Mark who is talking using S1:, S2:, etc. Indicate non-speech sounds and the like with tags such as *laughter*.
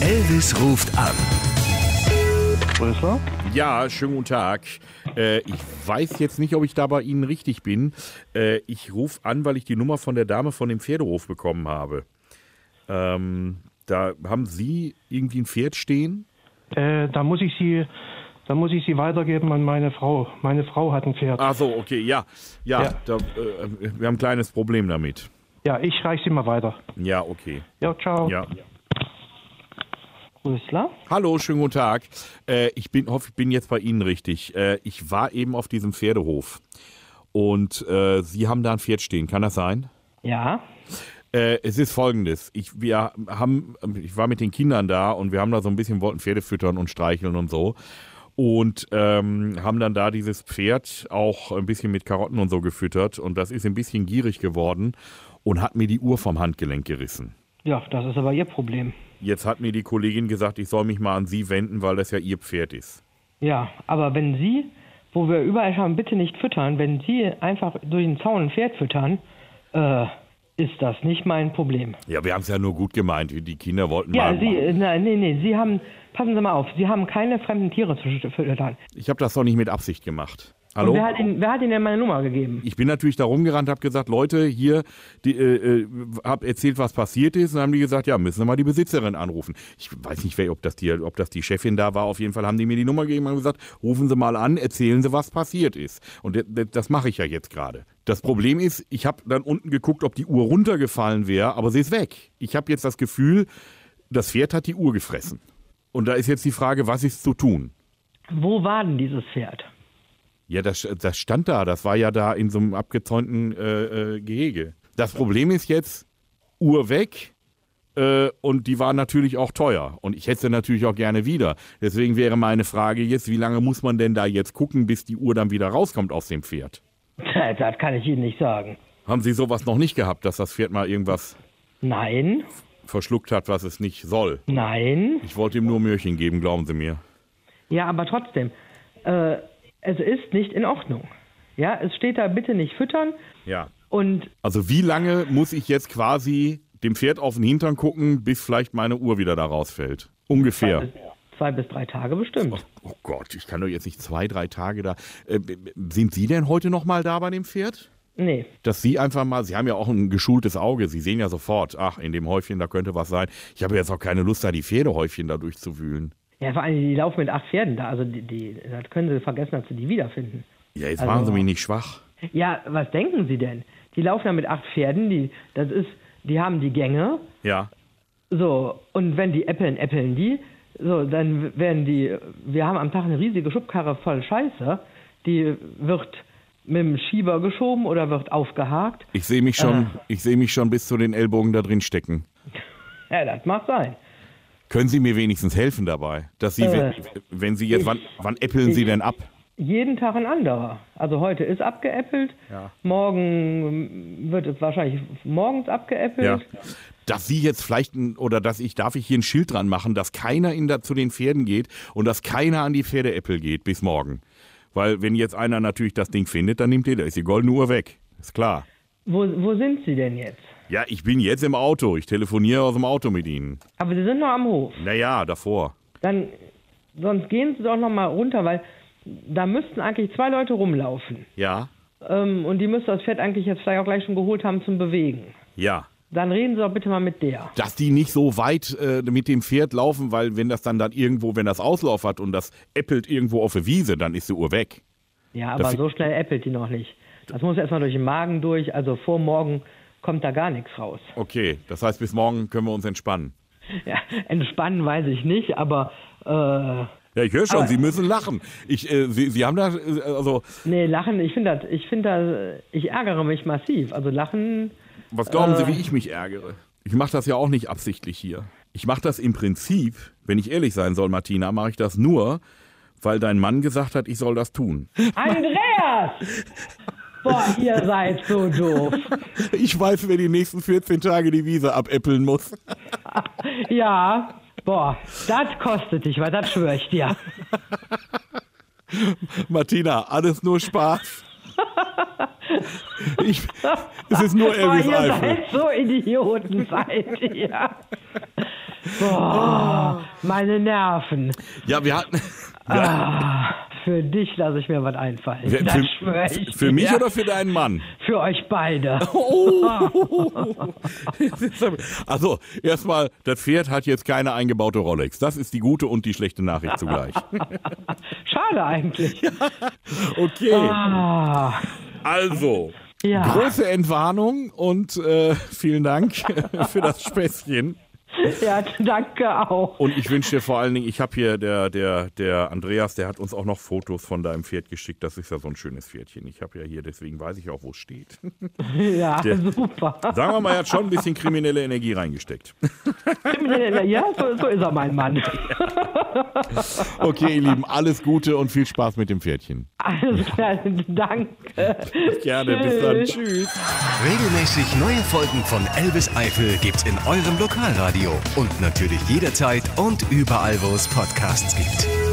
S1: Elvis ruft an.
S2: Größer?
S3: Ja, schönen guten Tag. Äh, ich weiß jetzt nicht, ob ich da bei Ihnen richtig bin. Äh, ich rufe an, weil ich die Nummer von der Dame von dem Pferdehof bekommen habe. Ähm, da haben Sie irgendwie ein Pferd stehen?
S2: Äh, da muss ich Sie, da muss ich Sie weitergeben an meine Frau. Meine Frau hat ein Pferd.
S3: Ach so, okay, ja. Ja,
S2: Ja.
S3: Da, äh, wir haben ein kleines Problem damit.
S2: Ja, ich reiche Sie mal weiter.
S3: Ja, okay.
S2: Ja, ciao.
S3: Ja.
S4: Rösler?
S3: Hallo, schönen guten Tag. Äh, ich bin, hoffe, ich bin jetzt bei Ihnen richtig. Äh, ich war eben auf diesem Pferdehof und äh, Sie haben da ein Pferd stehen. Kann das sein?
S4: Ja.
S3: Äh, es ist folgendes. Ich, wir haben, ich war mit den Kindern da und wir haben da so ein bisschen, wollten Pferde füttern und streicheln und so. Und ähm, haben dann da dieses Pferd auch ein bisschen mit Karotten und so gefüttert. Und das ist ein bisschen gierig geworden und hat mir die Uhr vom Handgelenk gerissen.
S4: Ja, das ist aber Ihr Problem.
S3: Jetzt hat mir die Kollegin gesagt, ich soll mich mal an sie wenden, weil das ja ihr Pferd ist.
S4: Ja, aber wenn Sie, wo wir überall haben, bitte nicht füttern, wenn Sie einfach durch den Zaun ein Pferd füttern, äh, ist das nicht mein Problem.
S3: Ja, wir haben es ja nur gut gemeint. Die Kinder wollten
S4: Ja,
S3: mal.
S4: Sie, äh, nein, nee, nee, Sie haben, passen Sie mal auf, Sie haben keine fremden Tiere zu sch- füttern.
S3: ich habe das doch nicht mit Absicht gemacht.
S4: Und
S3: Hallo?
S4: wer hat, Ihnen, wer hat Ihnen denn meine Nummer gegeben?
S3: Ich bin natürlich da rumgerannt, habe gesagt, Leute, hier, die, äh, äh, habe erzählt, was passiert ist. Und dann haben die gesagt, ja, müssen wir mal die Besitzerin anrufen. Ich weiß nicht, wer, ob, das die, ob das die Chefin da war. Auf jeden Fall haben die mir die Nummer gegeben und haben gesagt, rufen Sie mal an, erzählen Sie, was passiert ist. Und d- d- das mache ich ja jetzt gerade. Das Problem ist, ich habe dann unten geguckt, ob die Uhr runtergefallen wäre, aber sie ist weg. Ich habe jetzt das Gefühl, das Pferd hat die Uhr gefressen. Und da ist jetzt die Frage, was ist zu tun?
S4: Wo war denn dieses Pferd? *laughs*
S3: Ja, das, das stand da. Das war ja da in so einem abgezäunten äh, äh, Gehege. Das Problem ist jetzt, Uhr weg. Äh, und die war natürlich auch teuer. Und ich hätte sie natürlich auch gerne wieder. Deswegen wäre meine Frage jetzt, wie lange muss man denn da jetzt gucken, bis die Uhr dann wieder rauskommt aus dem Pferd?
S4: Tja, Das kann ich Ihnen nicht sagen.
S3: Haben Sie sowas noch nicht gehabt, dass das Pferd mal irgendwas
S4: Nein,
S3: verschluckt hat, was es nicht soll?
S4: nein.
S3: Ich wollte ihm nur Möhrchen geben, glauben Sie mir.
S4: Ja, aber trotzdem, äh, es ist nicht in Ordnung. Ja, es steht da bitte nicht füttern
S3: Ja.
S4: und
S3: Also wie lange muss ich jetzt quasi dem Pferd auf den Hintern gucken, bis vielleicht meine Uhr wieder da rausfällt? Ungefähr.
S4: Zwei bis drei Tage bestimmt.
S3: Oh Gott, ich kann doch jetzt nicht zwei, drei Tage da. Äh, b- b- sind Sie denn heute noch mal da bei dem Pferd?
S4: Nee.
S3: Dass Sie einfach mal, Sie haben ja auch ein geschultes Auge, Sie sehen ja sofort, ach, in dem Häufchen, da könnte was sein. Ich habe jetzt auch keine Lust, da die Pferdehäufchen da durchzuwühlen.
S4: Ja, vor allem, die laufen mit acht Pferden da. Also, die, die, das können sie vergessen, dass sie die wiederfinden.
S3: Ja, jetzt
S4: Also-
S3: machen Sie mich nicht schwach.
S4: Ja, was denken sie denn? Die laufen da mit acht Pferden, die, das ist, die haben die Gänge.
S3: Ja.
S4: So, und wenn die äppeln, äppeln die. So, dann werden die, wir haben am Tag eine riesige Schubkarre voll Scheiße. Die wird mit dem Schieber geschoben oder wird aufgehakt.
S3: Ich sehe mich schon, ich sehe mich schon bis zu den Ellbogen da drin stecken.
S4: Ja, das mag sein.
S3: Können Sie mir wenigstens helfen dabei? Dass Sie,
S4: Äh,
S3: wenn, wenn Sie jetzt, wann, wann äppeln Sie denn ab?
S4: jeden Tag ein anderer. Also heute ist abgeäppelt, morgen wird es wahrscheinlich morgens abgeäppelt.
S3: *laughs* Dass Sie jetzt vielleicht, ein, oder dass ich, darf ich hier ein Schild dran machen, dass keiner in da, zu den Pferden geht und dass keiner an die Pferdeäppel geht bis morgen. Weil wenn jetzt einer natürlich das Ding findet, dann nimmt jeder, ist die goldene Uhr weg. Ist klar.
S4: Wo, wo sind Sie denn jetzt?
S3: Ja, ich bin jetzt im Auto. Ich telefoniere aus dem Auto mit Ihnen.
S4: Aber Sie sind noch am Hof.
S3: Naja, davor.
S4: Dann, sonst gehen Sie doch noch mal runter, weil da müssten eigentlich zwei Leute rumlaufen.
S3: Ja,
S4: Ähm, und die müsste das Pferd eigentlich jetzt vielleicht auch gleich schon geholt haben zum Bewegen.
S3: ja.
S4: Dann reden Sie doch bitte mal mit der.
S3: Dass die nicht so weit äh, mit dem Pferd laufen, weil wenn das dann dann irgendwo, wenn das Auslauf hat und das äppelt irgendwo auf der Wiese, dann ist die Uhr weg.
S4: Ja, aber
S3: Das-
S4: so schnell äppelt die noch nicht. Das muss erstmal durch den Magen durch, also vor morgen kommt da gar nichts raus. *laughs*
S3: Okay, das heißt, bis morgen können wir uns entspannen.
S4: Ja, entspannen weiß ich nicht, aber äh,
S3: Ja, ich höre schon,
S4: Aber-
S3: Sie müssen lachen. Ich, äh, Sie, Sie haben da, äh, also,
S4: Nee, lachen, ich finde das, ich finde das, ich ärgere mich massiv. Also lachen,
S3: was glauben Sie, wie ich mich ärgere? Ich mache das ja auch nicht absichtlich hier. Ich mache das im Prinzip, wenn ich ehrlich sein soll, Martina, mache ich das nur, weil dein Mann gesagt hat, ich soll das tun.
S4: Andreas! Boah, ihr seid so doof.
S3: Ich weiß, wer die nächsten 14 Tage die Wiese abäppeln muss. *laughs*
S4: Ja, boah, das kostet dich, weil das schwöre ich dir.
S3: Martina, alles nur *laughs* Spaß. Ich, es ist nur
S4: Boah,
S3: Elvis
S4: ihr
S3: Eifel.
S4: seid so Idioten, seid ihr. Boah, Meine Nerven.
S3: Ja, wir hatten.
S4: Ah, für dich lasse ich mir was einfallen.
S3: Wer-
S4: das schwöre
S3: für,
S4: ich
S3: für mich
S4: dir.
S3: oder für deinen Mann?
S4: Für euch beide.
S3: Oh. *laughs* also, erstmal, das Pferd hat jetzt keine eingebaute Rolex. Das ist die gute und die schlechte Nachricht
S4: *laughs*
S3: zugleich.
S4: Schade eigentlich.
S3: Okay,
S4: Ah,
S3: also,
S4: ja.
S3: große Entwarnung und äh, vielen Dank *laughs* für das Späßchen.
S4: ja, danke auch.
S3: Und ich wünsche dir vor allen Dingen, ich habe hier der, der, der Andreas, der hat uns auch noch Fotos von deinem Pferd geschickt. Das ist ja so ein schönes Pferdchen. Ich habe ja hier, deswegen weiß ich auch, wo es steht.
S4: Ja, super.
S3: Sagen wir mal, er hat schon ein bisschen kriminelle Energie
S4: *laughs*
S3: reingesteckt.
S4: Ja, so, so ist er, mein Mann.
S3: Okay, ihr Lieben, alles Gute und viel Spaß mit dem Pferdchen.
S4: Alles klar, Also, *laughs* danke.
S3: Gerne, bis dann.
S4: Tschüss.
S3: Tschüss.
S1: Regelmäßig neue Folgen von Elvis Eifel gibt's in eurem Lokalradio und natürlich jederzeit und überall, wo es Podcasts gibt.